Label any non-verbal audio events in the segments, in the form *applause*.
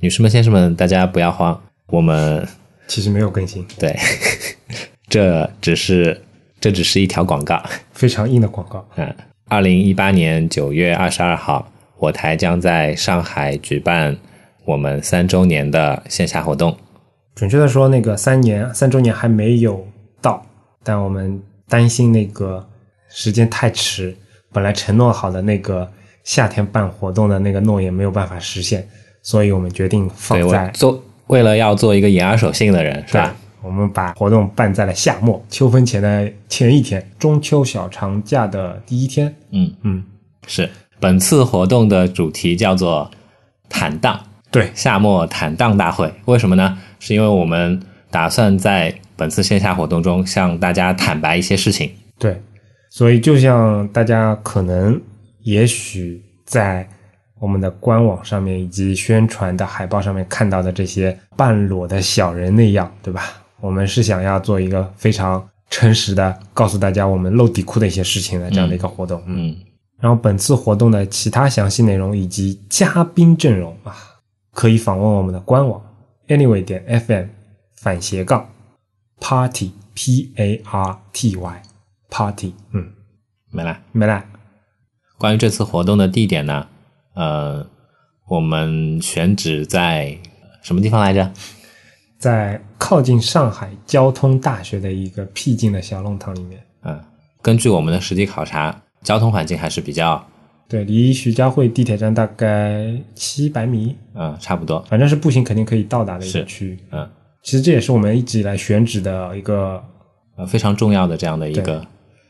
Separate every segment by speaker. Speaker 1: 女士们、先生们，大家不要慌，我们
Speaker 2: 其实没有更新，
Speaker 1: 对， *laughs* 这只是这只是一条广告。
Speaker 2: 非常硬的广告。
Speaker 1: 嗯，二零一八年九月二十二号，我台将在上海举办我们三周年的线下活动。
Speaker 2: 准确的说，那个三年三周年还没有到，但我们担心那个时间太迟，本来承诺好的那个夏天办活动的那个诺言没有办法实现，所以我们决定
Speaker 1: 对
Speaker 2: 放
Speaker 1: 我
Speaker 2: 在
Speaker 1: 做为了要做一个言而守信的人，是吧？
Speaker 2: 我们把活动办在了夏末，秋分前的前一天，中秋小长假的第一天。
Speaker 1: 嗯，
Speaker 2: 嗯，
Speaker 1: 是。本次活动的主题叫做“坦荡”，
Speaker 2: 对，
Speaker 1: 夏末坦荡大会。为什么呢？是因为我们打算在本次线下活动中向大家坦白一些事情。
Speaker 2: 对，所以就像大家可能、也许在我们的官网上面以及宣传的海报上面看到的这些半裸的小人那样，对吧？我们是想要做一个非常诚实的，告诉大家我们露底裤的一些事情的这样的一个活动。嗯，
Speaker 1: 嗯，
Speaker 2: 然后本次活动的其他详细内容以及嘉宾阵容啊，可以访问我们的官网 anyway 点 fm 反斜杠 party p a r t y party 嗯
Speaker 1: 没了。
Speaker 2: 没啦
Speaker 1: 关于这次活动的地点呢，呃，我们选址在什么地方来着？
Speaker 2: 在靠近上海交通大学的一个僻静的小弄堂里面，
Speaker 1: 嗯，根据我们的实地考察，交通环境还是比较，
Speaker 2: 对，离徐家汇地铁站大概七百米，
Speaker 1: 嗯，差不多，
Speaker 2: 反正是步行肯定可以到达的一个
Speaker 1: 是
Speaker 2: 区域。
Speaker 1: 嗯，
Speaker 2: 其实这也是我们一直以来选址的一个
Speaker 1: 呃，非常重要的这样的一个，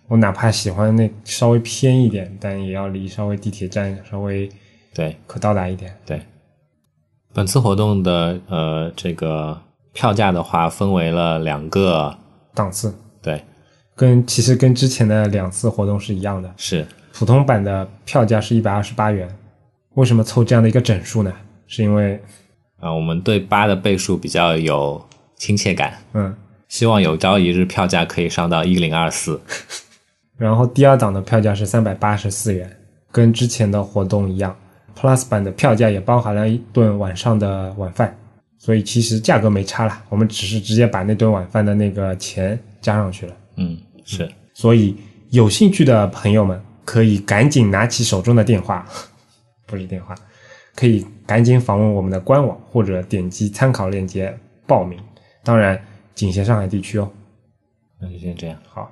Speaker 2: 我哪怕喜欢那稍微偏一点，但也要离稍微地铁站稍微
Speaker 1: 对
Speaker 2: 可到达一点。
Speaker 1: 对。本次活动的呃这个票价的话，分为了两个，
Speaker 2: 档次
Speaker 1: 对，
Speaker 2: 跟其实跟之前的两次活动是一样的，
Speaker 1: 是
Speaker 2: 普通版的票价是一百二十八元。为什么凑这样的一个整数呢？是因为，
Speaker 1: 啊、呃我们对八的倍数比较有亲切感，
Speaker 2: 嗯，
Speaker 1: 希望有朝一日票价可以上到一零二四，
Speaker 2: 然后第二档的票价是三百八十四元，跟之前的活动一样。Plus 版的票价也包含了一顿晚上的晚饭，所以其实价格没差啦，我们只是直接把那顿晚饭的那个钱加上去了。
Speaker 1: 嗯，是。
Speaker 2: 所以有兴趣的朋友们可以赶紧拿起手中的电话， *laughs* 不是电话，可以赶紧访问我们的官网或者点击参考链接报名。当然，仅限上海地区哦。
Speaker 1: 那就先这样。
Speaker 2: 好，